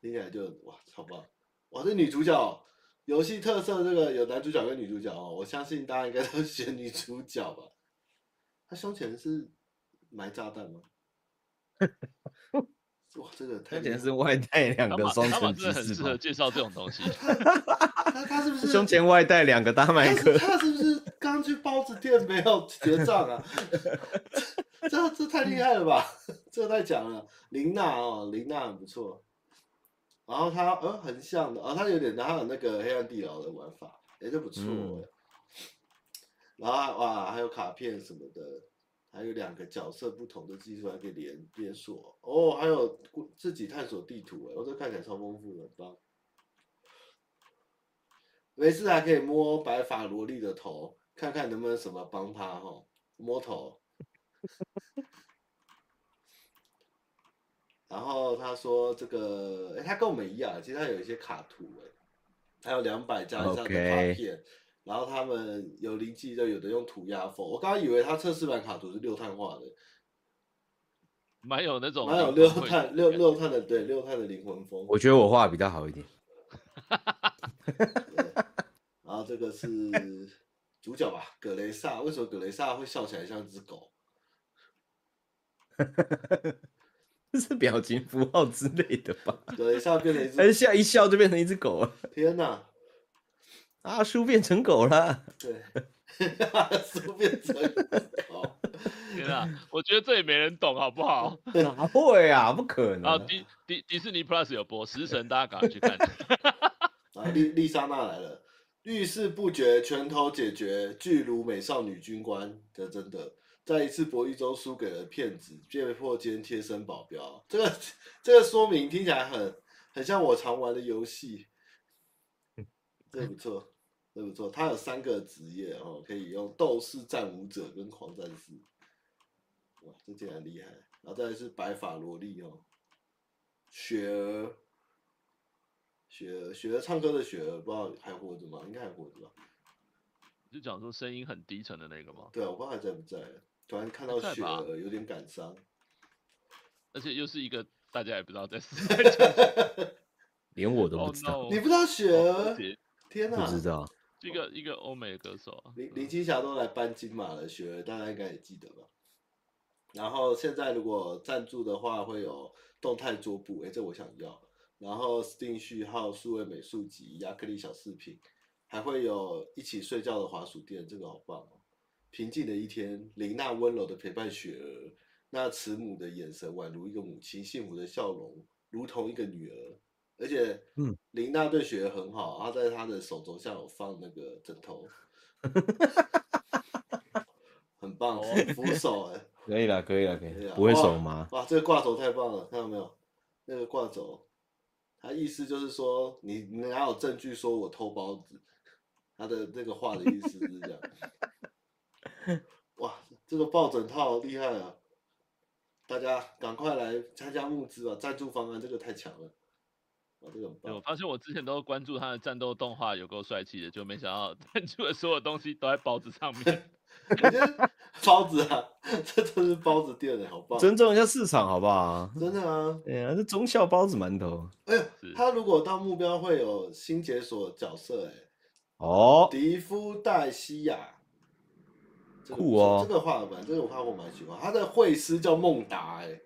Speaker 1: 听起来就很哇超棒，哇这女主角。游戏特色这个有男主角跟女主角哦，我相信大家应该都 (laughs) 选女主角吧。她胸前是埋炸弹
Speaker 3: (laughs)
Speaker 1: 吗？哇，这个太
Speaker 3: 他
Speaker 1: 厉
Speaker 3: 简
Speaker 1: 害
Speaker 3: 直是外带两
Speaker 2: 他
Speaker 3: 个
Speaker 2: 把
Speaker 3: 双
Speaker 2: 他把
Speaker 3: 重
Speaker 2: 真的
Speaker 3: 骑
Speaker 2: 很
Speaker 3: 士
Speaker 2: 适合
Speaker 3: 吧，
Speaker 2: 介绍这种东西。
Speaker 1: 他他啊是不是
Speaker 3: 胸前外带两个大
Speaker 1: 他
Speaker 3: 麦
Speaker 1: 是
Speaker 3: (laughs) 克，
Speaker 1: 他是不是刚去包子店没有结账啊？ (laughs) 这这这太厉害了吧！这太强了。林娜哦，林娜很不错。然后他呃很像的，哦，他有点他有那个黑暗地牢的玩法，哎，这不错、
Speaker 3: 嗯
Speaker 1: 然后还哇，还有卡片什么的，还有两个角色不同的技术还可以连连锁哦，还有自己探索地图哎，我、这看起来超丰富的，很棒。没事还可以摸白发萝莉的头，看看能不能什么帮她哈，摸头。然后他说这个，哎，他跟我们一样，其实他有一些卡图哎，还有两百加以上的卡
Speaker 3: OK
Speaker 1: 片。然后他们有灵机的，有的用涂鸦风。我刚刚以为他测试版卡图是六碳化的，
Speaker 2: 蛮有那种
Speaker 1: 哪有
Speaker 2: 灵
Speaker 1: 六
Speaker 2: 魂会
Speaker 1: 碳六六碳的对六碳的灵魂风。
Speaker 3: 我觉得我画得比较好一点。
Speaker 1: 然后这个是主角吧，葛雷萨。为什么葛雷萨会笑起来像只狗？
Speaker 3: 这是表情符号之类的吧？
Speaker 1: 葛雷萨变成一
Speaker 3: 而
Speaker 1: 只，
Speaker 3: 下一笑就变成一只狗了，
Speaker 1: 天哪！
Speaker 3: 阿叔变成狗了。
Speaker 1: 对， (laughs) 是变成狗。
Speaker 2: 天啊！我觉得这也没人懂，好不好？
Speaker 3: 哪会啊？不可
Speaker 2: 然后
Speaker 3: 能！
Speaker 2: 迪迪迪士尼 Plus 有播《食神》，大家赶快去看。 (laughs)
Speaker 1: 啊，丽丽莎娜来了，遇事不决，拳头解决，巨如美少女军官，这真的在一次博弈中输给了骗子，被迫兼贴身保镖。这个这个说明听起来很很像我常玩的游戏，这不错，这不错。它有三个职业哦，可以用斗士、战舞者跟狂战士。哇，这竟然厉害！然后再来是白发萝莉哦，雪儿，雪儿，雪儿唱歌的雪儿，不知道还活着吗？应该还活着吧？
Speaker 2: 就讲说声音很低沉的那个嘛，
Speaker 1: 对啊，我不知道还在不在。突然看到
Speaker 2: 在
Speaker 1: 雪
Speaker 2: 吧
Speaker 1: 儿，有点感伤。
Speaker 2: 而且又是一个大家也不知道在 (laughs) 是
Speaker 3: 连我都
Speaker 2: 哦
Speaker 3: 不知道，
Speaker 2: no，
Speaker 1: 你不知道雪儿？天哪、
Speaker 3: 不知道。
Speaker 2: 一个一个欧美的歌手啊，
Speaker 1: 林
Speaker 2: 嗯
Speaker 1: 林青霞都来颁金马了，雪儿大家应该也记得吧？然后现在如果赞助的话，会有动态桌布，哎，这我想要。然后 Steam 序号、数位美术集、亚克力小饰品，还会有一起睡觉的滑鼠垫，这个好棒哦！平静的一天，林娜温柔的陪伴雪儿，那慈母的眼神宛如一个母亲，幸福的笑容如同一个女儿。而且，
Speaker 3: 嗯，
Speaker 1: 林娜对雪儿很好，她在她的手肘下有放那个枕头，很棒，扶手哎、
Speaker 3: 可以了，可以了，可以
Speaker 1: 可以
Speaker 3: 了，
Speaker 1: 啦
Speaker 3: 不会
Speaker 1: 啊哇
Speaker 3: 手麻。
Speaker 1: 哇，这个挂轴太棒了，看到没有？那个挂轴，他意思就是说，你你哪有证据说我偷包子？他的那个话的意思是这样。 (laughs) 哇，这个抱枕套厉害啊！大家赶快来参加募资吧，赞助方案这个太强了，哇，这个很
Speaker 2: 对我
Speaker 1: 棒。
Speaker 2: 发现我之前都关注他的战斗动画，有够帅气的，就没想到 (laughs) 赞助的所有东西都在包子上
Speaker 1: (laughs)
Speaker 2: 面。
Speaker 1: 我觉得 (laughs) 包子啊， (laughs) 这真是包子店欸的好棒，
Speaker 3: 尊重一下市场好不好？
Speaker 1: 真的啊，
Speaker 3: 哎呀，这中校包子馒头
Speaker 1: 哎呦，
Speaker 2: 是
Speaker 1: 他如果到目标会有新解锁角色哎、
Speaker 3: 哦，
Speaker 1: 迪夫戴西亚，这个
Speaker 3: 酷
Speaker 1: 不错
Speaker 3: 哦
Speaker 1: 这个画板，这个我画我蛮喜欢。他的绘师叫孟达，哎，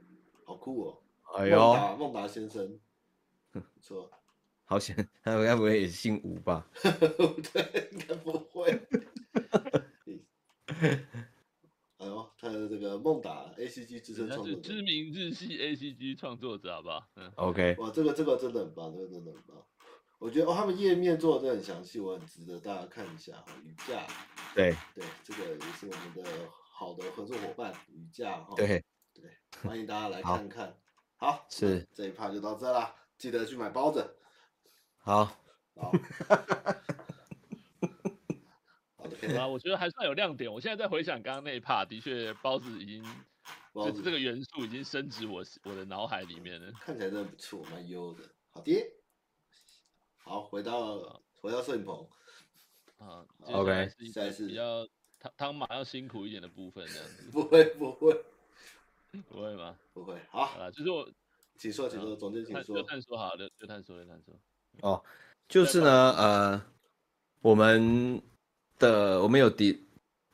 Speaker 1: 好酷哦！
Speaker 3: 哎
Speaker 1: 孟
Speaker 3: 呦，
Speaker 1: 达孟达先生，不错。 (laughs)
Speaker 3: 好险，他们该不会也姓吴吧？
Speaker 1: 对，应该不会。 (laughs) 哎呦，他的这个孟达 A C G 资深
Speaker 2: 他
Speaker 1: 创
Speaker 2: 是
Speaker 1: 作者
Speaker 2: 知，名日系 A C G 创作者，好不好？嗯，
Speaker 3: OK，
Speaker 1: 哇，这个这个真的很棒，这个真的很棒。我觉得哦，他们页面做的真的很详细，我很值得大家看一下哦哈。雨价，
Speaker 3: 对
Speaker 1: 对，这个也是我们的好的合作伙伴雨价哈。
Speaker 3: 对，
Speaker 1: 对，欢迎大家来
Speaker 3: 好
Speaker 1: 看看。好，
Speaker 3: 是
Speaker 1: 那这一趴就到这啦，记得去买包子。
Speaker 3: 好， (laughs)
Speaker 1: 好，好的，可以
Speaker 2: 啊，我觉得还算有亮点。我现在在回想刚刚那一 part，的确包子已经
Speaker 1: 包
Speaker 2: 就是这
Speaker 1: 子
Speaker 2: 个元素已经升值我我的脑海里面了。
Speaker 1: 看起来真的不错，蛮优的。好的，好，回到回到摄影棚，
Speaker 2: 啊接下来
Speaker 3: OK
Speaker 2: 是一
Speaker 1: 下
Speaker 2: 个
Speaker 1: 一次
Speaker 2: 比较汤汤马要辛苦一点的部分，这样子
Speaker 1: 不会不会
Speaker 2: 不会吗？
Speaker 1: 不会，好，
Speaker 2: 啊，就是我
Speaker 1: 请说，请说，总监，请
Speaker 2: 探就
Speaker 1: 说。
Speaker 2: 探索好了，就探索就探索。
Speaker 3: 就是呢，呃，我们的我们有 D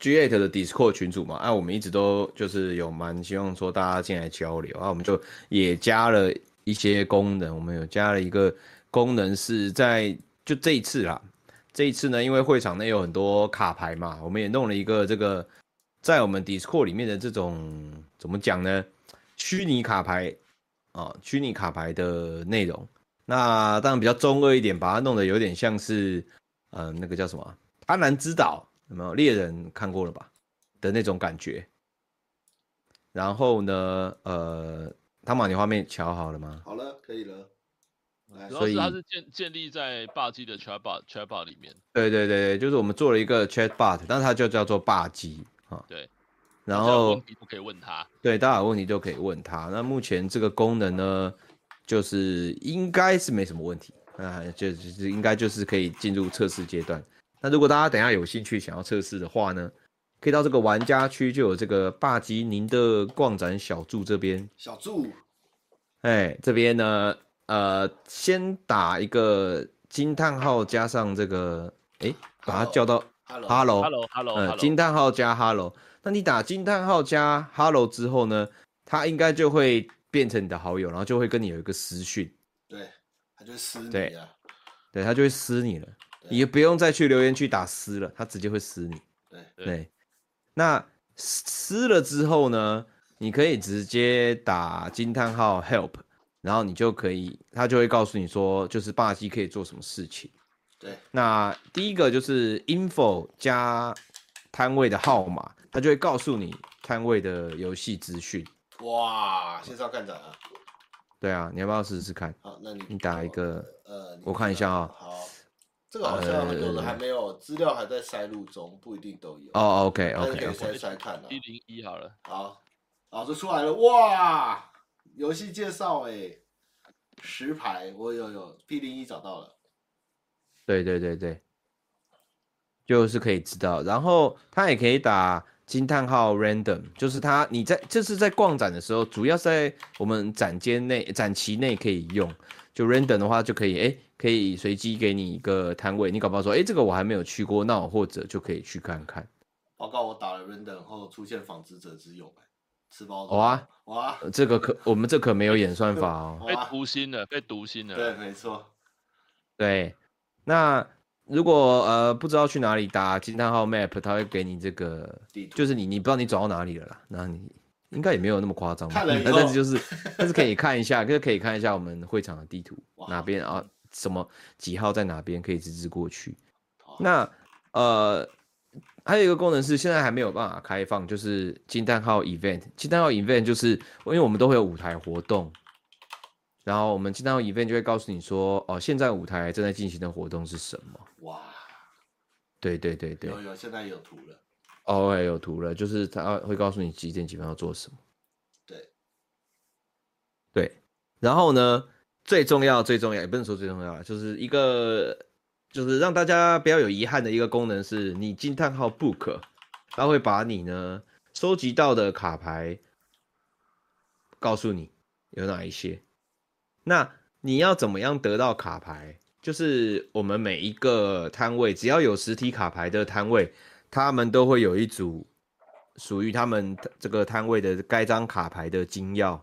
Speaker 3: G8 的 Discord 群组嘛，啊，我们一直都就是有蛮希望说大家进来交流啊，我们就也加了一些功能，我们有加了一个功能是在就这一次啦，这一次呢，因为会场内有很多卡牌嘛，我们也弄了一个这个在我们 Discord 里面的这种怎么讲呢，虚拟卡牌啊，虚拟卡牌的内容。那当然比较中二一点，把它弄得有点像是，嗯、那个叫什么啊《贪婪之岛》有没有猎人看过了吧的那种感觉。然后呢，呃，汤马，你画面瞧好了吗？
Speaker 1: 好了，可以了。来
Speaker 2: 主，要
Speaker 3: 所以
Speaker 2: 是它是建建立在霸基的 chatbot chatbot 里面，
Speaker 3: 对对对对，就是我们做了一个 chatbot，但是它就叫做霸机啊。
Speaker 2: 对。
Speaker 3: 然
Speaker 2: 大家有
Speaker 3: 后
Speaker 2: 问题都可以问他。
Speaker 3: 对，大家有问题就可以问他。那目前这个功能呢，就是应该是没什么问题，啊，就就是应该就是可以进入测试阶段。那如果大家等一下有兴趣想要测试的话呢，可以到这个玩家区就有这个霸吉您的逛展小筑这边，
Speaker 1: 小祝，
Speaker 3: 哎，这边呢，呃，先打一个惊叹号加上这个，哎，把它叫到
Speaker 1: Hello，
Speaker 3: hello
Speaker 2: Hello Hello
Speaker 3: 呃，
Speaker 2: Hello，
Speaker 3: 惊叹号加 hello，那你打惊叹号加 hello 之后呢，他应该就会变成你的好友，然后就会跟你有一个私讯，
Speaker 1: 对，他就是私密
Speaker 3: 对
Speaker 1: 啊，
Speaker 3: 对他就会私你了，
Speaker 1: 对
Speaker 3: 你也不用再去留言区打私了，他直接会私你。
Speaker 1: 对
Speaker 2: 对
Speaker 3: 对，那私私了之后呢，你可以直接打惊叹号 help，然后你就可以，他就会告诉你说，就是霸基可以做什么事情。
Speaker 1: 对，
Speaker 3: 那第一个就是 info 加摊位的号码，它就会告诉你摊位的游戏资讯。
Speaker 1: 哇，线上看展啊，
Speaker 3: 对啊，你要不要试试看？
Speaker 1: 好，那你
Speaker 3: 你打一个
Speaker 1: 呃，你
Speaker 3: 我看一下啊
Speaker 1: 好，这个好像有的
Speaker 3: 呃
Speaker 1: 还没有，资料还在筛录中，不一定都有。
Speaker 3: 哦，OK，OK，OK、
Speaker 1: 但
Speaker 3: o
Speaker 1: 是
Speaker 3: k
Speaker 1: 可以
Speaker 3: OK，
Speaker 1: 筛筛看啊。
Speaker 2: 一零一好了，
Speaker 1: 好，好，就出来了，哇，游戏介绍哎，十排，我有有 P 零一找到了，
Speaker 3: 对对对对，就是可以知道。然后它也可以打惊叹号 random，就是它你在这是在逛展的时候，主要是在我们展间内、展期内可以用。就 random 的话，就可以哎，可以随机给你一个摊位，你搞不好说哎，这个我还没有去过，那我或者就可以去看看。
Speaker 1: 报告我打了 random 后出现纺织者之勇哎，吃包子。
Speaker 3: 哇
Speaker 1: 哇，
Speaker 3: 呃哦这个可我们这可没有演算法哦。
Speaker 2: 被
Speaker 1: 哇，
Speaker 2: 读心了，被读心了。
Speaker 1: 对，没错，
Speaker 3: 对，那如果呃不知道去哪里打惊叹号 map，它会给你这个，
Speaker 1: 地图
Speaker 3: 就是你你不知道你走到哪里了啦，那你应该也没有那么夸张吧，
Speaker 1: 看了以后
Speaker 3: 但是就是但是可以看一下，就是可以看一下我们会场的地图
Speaker 1: 哇
Speaker 3: 哪边啊什么几号在哪边可以直直过去。
Speaker 1: 好
Speaker 3: 那呃，还有一个功能是现在还没有办法开放，就是惊叹号 event。惊叹号 event 就是因为我们都会有舞台活动，然后我们惊叹号 event 就会告诉你说，哦，现在舞台正在进行的活动是什么。
Speaker 1: 哇，
Speaker 3: 对对对对，
Speaker 1: 有有，现在有图了，
Speaker 3: 哦，哎有图了，就是它会告诉你几点几分要做什么。
Speaker 1: 对
Speaker 3: 对，然后呢，最重要最重要也不能说最重要啦，就是一个就是让大家不要有遗憾的一个功能是，你惊叹号 book，它会把你呢收集到的卡牌告诉你有哪一些。那你要怎么样得到卡牌？就是我们每一个摊位，只要有实体卡牌的摊位，他们都会有一组属于他们这个摊位的该张卡牌的金钥。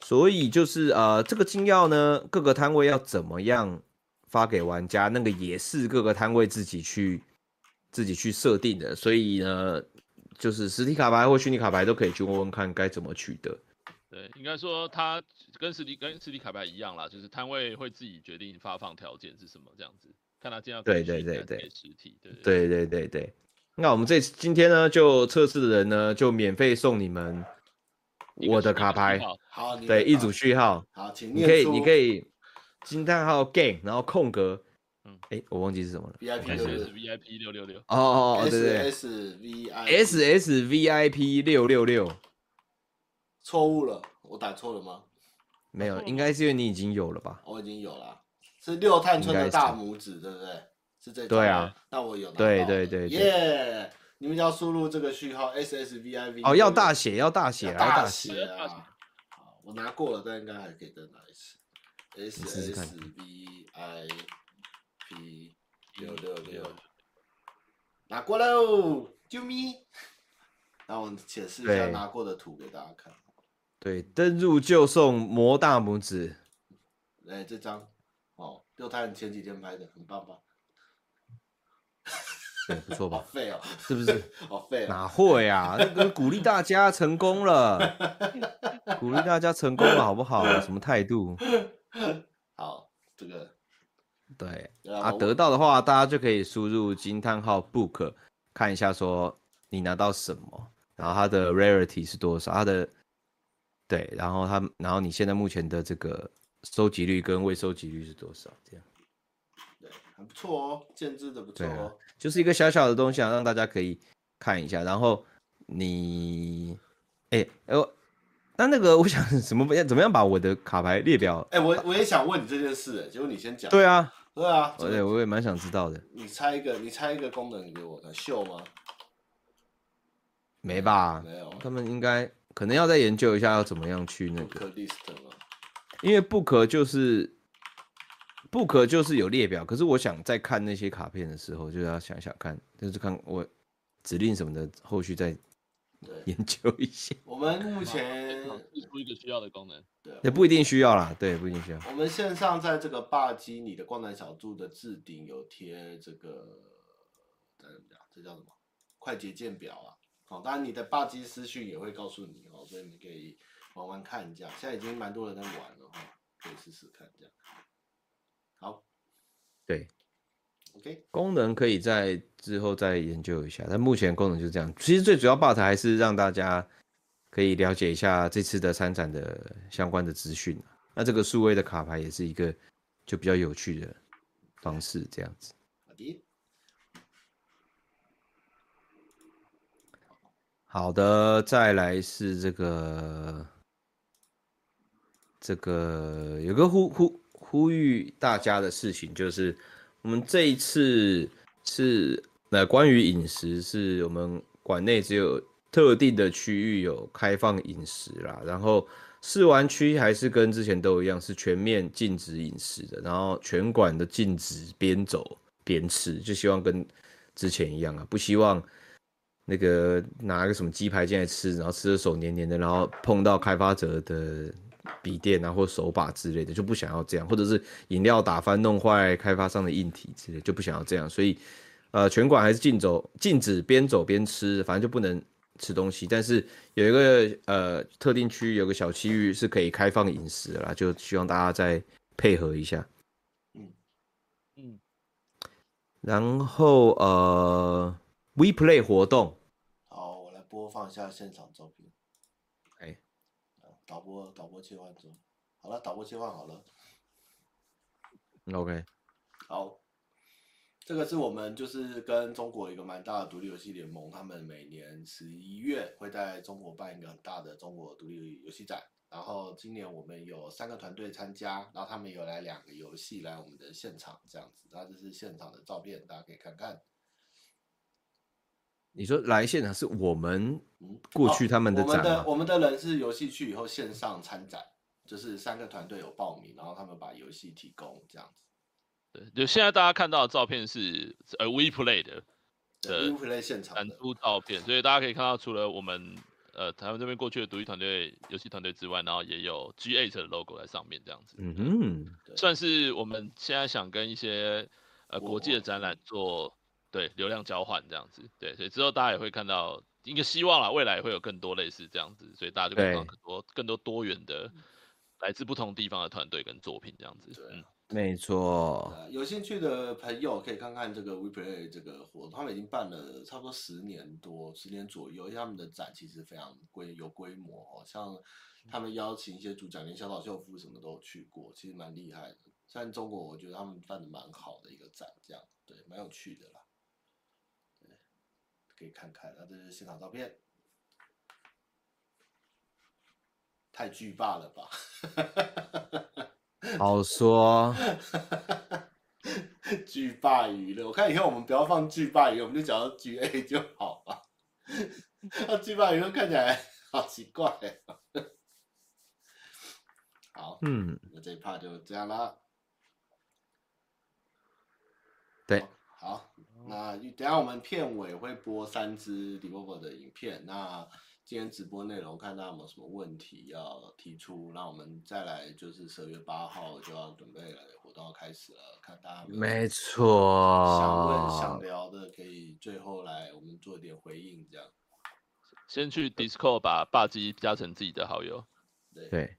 Speaker 3: 所以就是呃，这个金钥呢，各个摊位要怎么样发给玩家，那个也是各个摊位自己去自己去设定的。所以呢，就是实体卡牌或虚拟卡牌都可以去问问看该怎么取得。
Speaker 2: 对，应该说它跟实体跟实体卡牌一样啦，就是摊位会自己决定发放条件是什么，这样子，看他今天要
Speaker 3: 对
Speaker 2: 给
Speaker 3: 对
Speaker 2: 虚
Speaker 3: 对
Speaker 2: 还是
Speaker 3: 对
Speaker 2: 给实体，对对
Speaker 3: 对对对对，那我们这次今天呢，就测试的人呢，就免费送你们
Speaker 2: 一个
Speaker 3: 我的
Speaker 2: 一个
Speaker 3: 卡
Speaker 2: 序
Speaker 3: 牌
Speaker 2: 号啊
Speaker 1: 好，你
Speaker 3: 对
Speaker 1: 们
Speaker 3: 一
Speaker 1: 好
Speaker 3: 组序号，
Speaker 1: 好，请
Speaker 3: 你
Speaker 1: 念
Speaker 3: 可以
Speaker 1: 出
Speaker 3: 你可以惊叹号 game，然后空格，
Speaker 2: 嗯
Speaker 3: 哎，我忘记是什么了。
Speaker 1: VIP
Speaker 2: 感
Speaker 1: 六
Speaker 2: 谢
Speaker 1: 六
Speaker 2: 是 VIP 六六六，
Speaker 3: 哦哦哦，对对
Speaker 1: SSVI
Speaker 3: ，S S V I P 六六六，
Speaker 1: 错误了，我打错了吗？
Speaker 3: 没有
Speaker 2: 错，了
Speaker 3: 应该是因为你已经有了吧？
Speaker 1: 我已经有了，啊是六探春
Speaker 3: 应该
Speaker 1: 的
Speaker 3: 是
Speaker 1: 大拇指，对不对？是这
Speaker 3: 对啊，
Speaker 1: 那我有拿到
Speaker 3: 对对对对
Speaker 1: 哦耶！你们只要输入这个序号 SSVIV
Speaker 3: 哦，要大写，要大写，啊
Speaker 1: 要
Speaker 3: 要
Speaker 1: 大
Speaker 3: 写。
Speaker 1: 写啊！好，我拿过了，但应该还可以再拿一次。
Speaker 3: 试试看
Speaker 1: SSVIP 六六六，拿过喽，啾咪！那我解释一下
Speaker 3: 对
Speaker 1: 拿过的图给大家看。
Speaker 3: 对，登入就送魔大拇指，
Speaker 1: 哎，这张哦，六探前几天拍的，很棒吧？
Speaker 3: 对，不错
Speaker 1: 好
Speaker 3: 吧？
Speaker 1: 废哦，
Speaker 3: 是不是？
Speaker 1: 好废哦。
Speaker 3: 哪会啊？那个鼓励大家成功了，鼓励大家成功了，好不好？什么态度？
Speaker 1: 好，这个
Speaker 3: 对
Speaker 1: 对
Speaker 3: 啊，
Speaker 1: 我
Speaker 3: 得到的话，大家就可以输入惊叹号 book，看一下说你拿到什么，然后它的 rarity 是多少，它的对，然后它，然后你现在目前的这个收集率跟未收集率是多少？这样
Speaker 1: 对很不错哦，建制的不错
Speaker 3: 对啊
Speaker 1: 哦。
Speaker 3: 就是一个小小的东西啊，让大家可以看一下。然后你，哎、哎我那那个我想怎么样怎么样把我的卡牌列表？
Speaker 1: 哎，我我也想问你这件事，哎结果你先讲。
Speaker 3: 对啊，
Speaker 1: 对啊，这
Speaker 3: 我
Speaker 1: 个
Speaker 3: 对我也蛮想知道的。
Speaker 1: 你猜一个，你猜一个功能给我看，秀吗？
Speaker 3: 没吧？
Speaker 1: 没有啊
Speaker 3: 他们应该可能要再研究一下要怎么样去那个，
Speaker 1: book list 吗？
Speaker 3: 因为 book 就是 book 就是有列表，可是我想在看那些卡片的时候，就要想想看，就是看我指令什么的，后续再
Speaker 1: 对，
Speaker 3: 研究一下，
Speaker 1: 我们目前
Speaker 2: 试出一个需要的功能，
Speaker 1: 对，啊
Speaker 3: 也不一定需要啦，对，不一定需要。
Speaker 1: 我们线上在这个霸基你的灌篮小筑的置顶有贴这个，这怎么讲？这叫什么？快捷键表啊。好、当然你的霸基私讯也会告诉你哦，所以你可以玩玩看一下。现在已经蛮多人在玩了哈、哦，可以试试看这样。好
Speaker 3: 对，
Speaker 1: ，OK，
Speaker 3: 功能可以在之后再研究一下，但目前功能就是这样。其实最主要吧台还是让大家可以了解一下这次的参展的相关的资讯啊、那这个数位的卡牌也是一个就比较有趣的方式，这样子。
Speaker 1: 好的，
Speaker 3: 好的，再来是这个这个有个呼呼呼吁大家的事情，就是我们这一次是呃关于饮食，是我们馆内只有特定的区域有开放饮食啦，然后试玩区还是跟之前都一样，是全面禁止饮食的，然后全馆的禁止边走边吃，就希望跟之前一样啊，不希望。那个拿个什么鸡排进来吃，然后吃的手黏黏的，然后碰到开发者的笔电啊或手把之类的，就不想要这样，或者是饮料打翻弄坏开发商的硬体之类，就不想要这样，所以呃，拳馆还是禁走禁止边走边吃，反正就不能吃东西，但是有一个呃特定区域有个小区域是可以开放饮食的啦，就希望大家再配合一下，
Speaker 2: 嗯，
Speaker 3: 然后呃，We Play 活动，
Speaker 1: 好，我来播放一下现场照片。
Speaker 3: 哎，
Speaker 1: 啊导播导播切换中，好了，导播切换好了。
Speaker 3: OK，
Speaker 1: 好，这个是我们就是跟中国一个蛮大的独立游戏联盟，他们每年十一月会在中国办一个很大的中国独立游戏展。然后今年我们有三个团队参加，然后他们有来两个游戏来我们的现场这样子，那这是现场的照片，大家可以看看。
Speaker 3: 你说来现场是我们
Speaker 1: 嗯，
Speaker 3: 过去他们的
Speaker 1: 我们
Speaker 3: 展
Speaker 1: 的
Speaker 3: 吗？
Speaker 1: 我们的人是游戏去以后线上参展，就是三个团队有报名，然后他们把游戏提供这样子。
Speaker 2: 对，就现在大家看到的照片是呃 WePlay 的
Speaker 1: 对
Speaker 2: 对
Speaker 1: w Play 现场
Speaker 2: 展
Speaker 1: 的，
Speaker 2: 出照片，所以大家可以看到，除了我们呃台湾这边过去的独立团队、游戏团队之外，然后也有 G8 的 logo 在上面，这样子，
Speaker 3: 嗯哼，
Speaker 2: 算是我们现在想跟一些呃
Speaker 1: 我
Speaker 2: 国际的展览做对流量交换这样子，对，所以之后大家也会看到
Speaker 4: 一个希望啦，未来会有更多类似这样子，所以大家就可以看到
Speaker 3: 对
Speaker 4: 更多更多多元的来自不同地方的团队跟作品这样子。
Speaker 1: 对啊
Speaker 4: 嗯，
Speaker 3: 没错，
Speaker 1: 呃，有兴趣的朋友可以看看这个 WePlay 这个活动，他们已经办了差不多十年多，十年左右，而且他们的展其实非常规有规模哦，像他们邀请一些主讲，连小岛秀夫什么都有去过，其实蛮厉害的。像中国，我觉得他们办的蛮好的一个展，这样对，蛮有趣的啦。对，可以看看，那这是现场照片。太巨霸了吧！
Speaker 3: 好说，
Speaker 1: (laughs) 巨霸娱乐，我看以后我们不要放巨霸娱乐，我们就讲到 G A (laughs) 就好吧。 (laughs) 那巨霸娱乐看起来好奇怪、哦。好，
Speaker 3: 嗯，
Speaker 1: 那这一趴就这样啦。
Speaker 3: 对，
Speaker 1: 好，那等一下我们片尾会播三支 d e v o 的影片。那今天直播内容看大家有没有什么问题要提出，那我们再来就是十二月八号就要准备了，活动要开始了，看大家有没有
Speaker 3: 没错，
Speaker 1: 想问
Speaker 3: 哦
Speaker 1: 想聊的，可以最后来我们做点回应，这样
Speaker 4: 先去 Discord 把霸基加成自己的好友，
Speaker 1: 对。
Speaker 3: 对，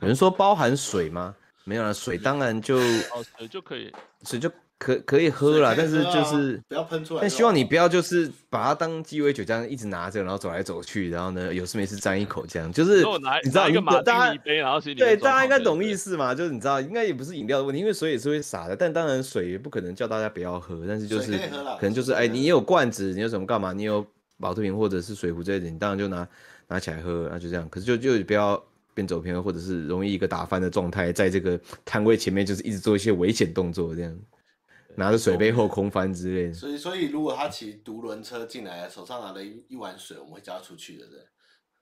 Speaker 3: 有人说包含水吗？没有啦，水当然就
Speaker 4: 哦，对，就可以
Speaker 3: 水就可可以喝啦，但
Speaker 1: 啊
Speaker 3: 是就是
Speaker 1: 不要喷出来。
Speaker 3: 但希望你不要就是把它当鸡尾酒这样一直拿着，然后走来走去，然后呢有事没事沾一口这样，就是
Speaker 4: 如果拿
Speaker 3: 你知道
Speaker 4: 拿一个马
Speaker 3: 大
Speaker 4: 丁尼
Speaker 3: 家
Speaker 4: 杯，然后其实你
Speaker 3: 对
Speaker 4: 的
Speaker 3: 大
Speaker 4: 状
Speaker 3: 家
Speaker 4: 况
Speaker 3: 应该
Speaker 4: 就是
Speaker 3: 懂意思嘛，就是你知道应该也不是饮料的问题，因为水也是会洒的，但当然水也不可能叫大家不要喝，但是就
Speaker 1: 水
Speaker 3: 是
Speaker 1: 可以喝啦
Speaker 3: 可能就是
Speaker 1: 水可以
Speaker 3: 哎
Speaker 1: 喝
Speaker 3: 你有罐子，你有什么干嘛，你有保特瓶或者是水壶之类的，你当然就拿拿起来喝，那就这样，可是就就不要。边走边喝，或者是容易一个打翻的状态，在这个摊位前面就是一直做一些危险动作，这样拿着水杯后空翻之 (laughs) 类的。
Speaker 1: 所以，所以如果他骑独轮车进来，手上拿了一一碗水，我们会叫他出去的，
Speaker 3: (laughs)
Speaker 1: 对。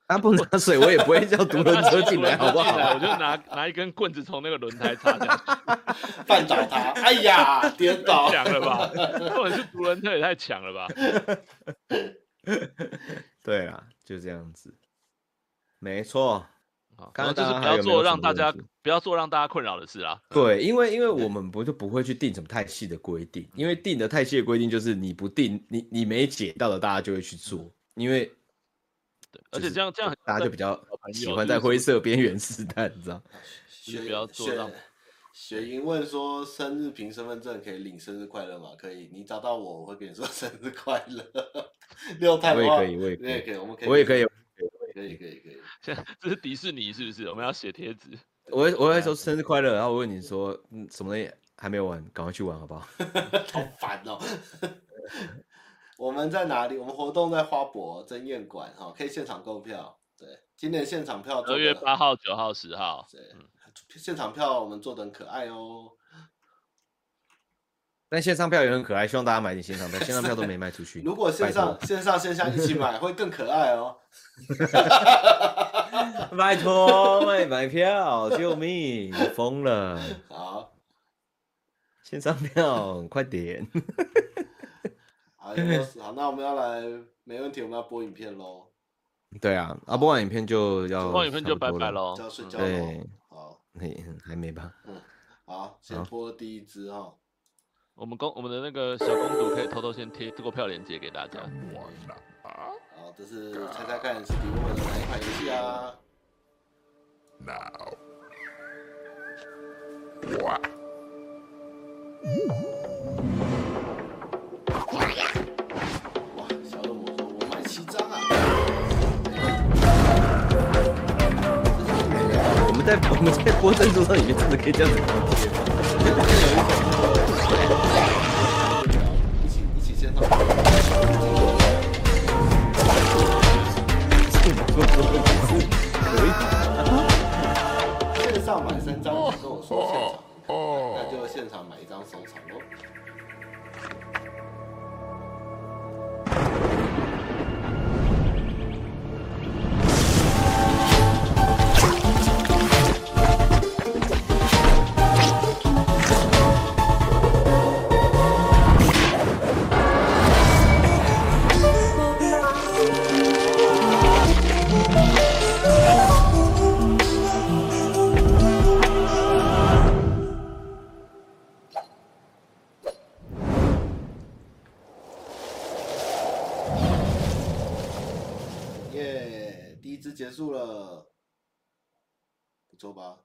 Speaker 3: 他啊不拿水，我也不会叫独轮车进来，好不
Speaker 4: 进来 (laughs)
Speaker 3: 好？
Speaker 4: 我就拿拿一根棍子从那个轮胎插下去，
Speaker 1: 绊倒他，哎呀，跌
Speaker 3: (laughs)
Speaker 1: 倒
Speaker 3: 啊
Speaker 4: 太。强了吧？或者是独轮车也太强了吧？
Speaker 3: 对啦，就这样子，没错。
Speaker 4: 好，
Speaker 3: 刚
Speaker 4: 然后
Speaker 3: 刚
Speaker 4: 就是
Speaker 3: 大家
Speaker 4: 不
Speaker 3: 还
Speaker 4: 要
Speaker 3: 有没有
Speaker 4: 做
Speaker 3: 什
Speaker 4: 让
Speaker 3: 么
Speaker 4: 大
Speaker 3: 问
Speaker 4: 家
Speaker 3: 题
Speaker 4: 不要做让大家困扰的事啦。
Speaker 3: 对，因为因为我们不就不会去定什么太细的规定，因为定的太细的规定就是你不定，你你没解到的，大家就会去做，因为
Speaker 4: 对，而
Speaker 3: 就
Speaker 4: 且
Speaker 3: 是
Speaker 4: 这样这样很
Speaker 3: 大家就
Speaker 4: 像
Speaker 3: 比较
Speaker 4: 小朋友
Speaker 3: 喜欢
Speaker 4: 就
Speaker 3: 在
Speaker 4: 是
Speaker 3: 灰色边缘试探，你知道？
Speaker 1: 雪
Speaker 4: 不要做
Speaker 1: 雪
Speaker 4: 让
Speaker 1: 雪莹问说：“生日凭身份证可以领生日快乐吗？”可以，你找到我，我会跟你说生日快乐。 (laughs) 六太
Speaker 3: 我也
Speaker 1: 花
Speaker 3: 可以我也可以
Speaker 1: 你也可以，我们可以，
Speaker 3: 我也可以，
Speaker 1: 可以，可以，可以。
Speaker 4: 现在这是迪士尼是不是？我们要写贴纸，
Speaker 3: 我会我会说生日快乐，然后我问你说，嗯，什么东西还没有玩，赶快去玩好不好？
Speaker 1: 好烦哦。 (laughs) 我们在哪里？我们活动在花博争艳馆哈、可以现场购票。对，今年现场票做
Speaker 4: 二
Speaker 1: 得
Speaker 4: 月八号、九号、十号。
Speaker 1: 对，现场票我们做的很可爱哦。
Speaker 3: 但线上票也很可爱，希望大家买点线上票，线上票都没卖出去。
Speaker 1: (laughs) 如果线
Speaker 3: 嗯拜托
Speaker 1: 上线上线下一起买会更可爱哦。
Speaker 3: 拜托，卖买票，救命！我疯了，
Speaker 1: 好，
Speaker 3: 线上票，快点！
Speaker 1: 好，有没有
Speaker 3: (laughs)
Speaker 1: 好，那我们要来，没问题，我们要播影片喽，
Speaker 3: 对啊，啊，播完影片就要
Speaker 4: 播完影片就拜拜
Speaker 3: 了。
Speaker 4: 喽
Speaker 1: 就。要睡
Speaker 4: 嗯
Speaker 1: 觉喽
Speaker 3: 对。
Speaker 1: 好，
Speaker 3: 嘿，还没吧？ (laughs)
Speaker 1: 好，先
Speaker 3: 好
Speaker 1: 播第一支哈。
Speaker 4: 我们公我们的那个小公主可以偷偷先贴购票链接给大家。
Speaker 1: 好，这是猜猜看是你问的哪一款游戏啊？
Speaker 5: Now.
Speaker 1: 哇，小恶魔说：“我买七张啊！”
Speaker 3: 我们在我们在播珍珠上里面真的可以这样子搞天吗？
Speaker 1: 一起一起先上。线上买三张，你跟我说现场，那就现场买一张收藏喽。耶、第一支结束了，不错吧？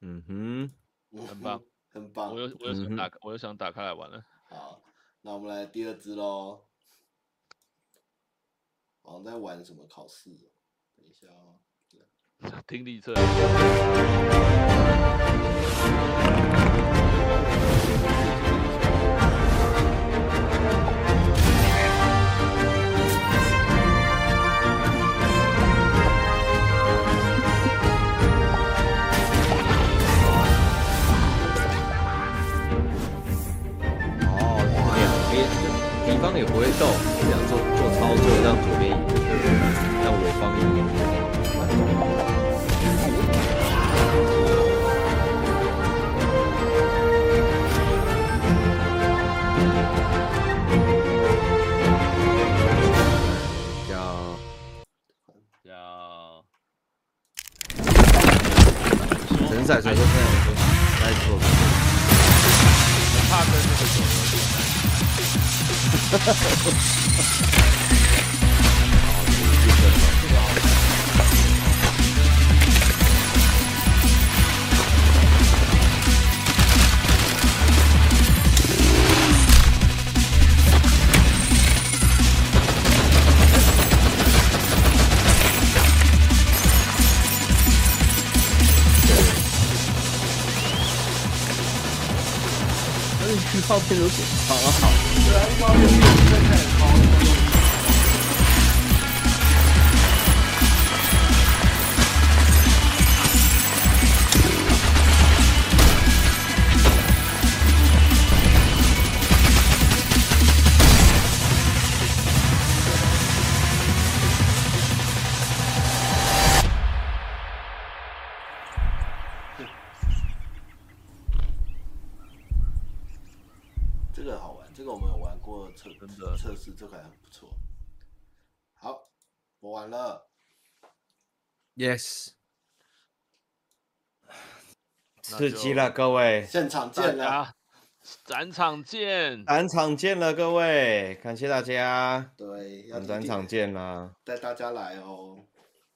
Speaker 3: 嗯哼，
Speaker 1: 很
Speaker 4: 棒，
Speaker 1: (laughs) 很棒
Speaker 4: 我。又我又
Speaker 3: 嗯哼
Speaker 4: 想打，我又想打开来玩了。
Speaker 1: 好，那我们来第二支喽。好像在玩什么考试哦？等一下哦。
Speaker 4: 听力测，
Speaker 3: 哦，两边敌方也不会动，这样做做操作让左边赢，让我方赢。比较
Speaker 4: 叫
Speaker 3: 神赛神说现在说来说，
Speaker 4: 怕跟那个手游
Speaker 3: 但是预告片都写好啊好。
Speaker 1: 这个好玩，这个我们有玩过测
Speaker 4: 真的
Speaker 1: 测试，这款很不错。好，我完了。
Speaker 3: Yes，
Speaker 4: 那
Speaker 3: 刺激
Speaker 4: 就
Speaker 3: 了各位，
Speaker 1: 现场
Speaker 4: 大
Speaker 1: 见了。啊
Speaker 4: 家啊展场见。
Speaker 3: 展场见了各位，感谢大家，
Speaker 1: 对，
Speaker 3: 我
Speaker 1: 要听
Speaker 3: 们展
Speaker 1: 听
Speaker 3: 场见啦。
Speaker 1: 带大家来哦。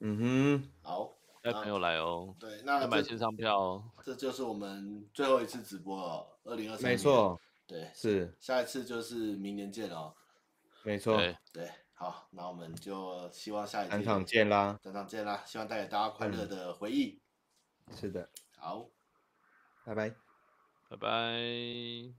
Speaker 3: 嗯
Speaker 1: 好，
Speaker 4: 要朋友来哦，
Speaker 1: 对，
Speaker 4: 要
Speaker 1: 那
Speaker 4: 买
Speaker 1: 啊这
Speaker 4: 线上票哦。
Speaker 1: 这就是我们最后一次直播了，二零二
Speaker 3: 哼，
Speaker 1: 三。
Speaker 3: 没，错，
Speaker 1: 对，
Speaker 3: 是
Speaker 1: 下一次就是明年见哦。
Speaker 3: 没错，
Speaker 4: 对，
Speaker 1: 对，好，那我们就希望下一次
Speaker 3: 展场见嗯啦。
Speaker 1: 展场见啦，希望带给大家快乐的回忆。
Speaker 3: 是的，
Speaker 1: 好。
Speaker 3: 拜拜。
Speaker 4: 拜拜。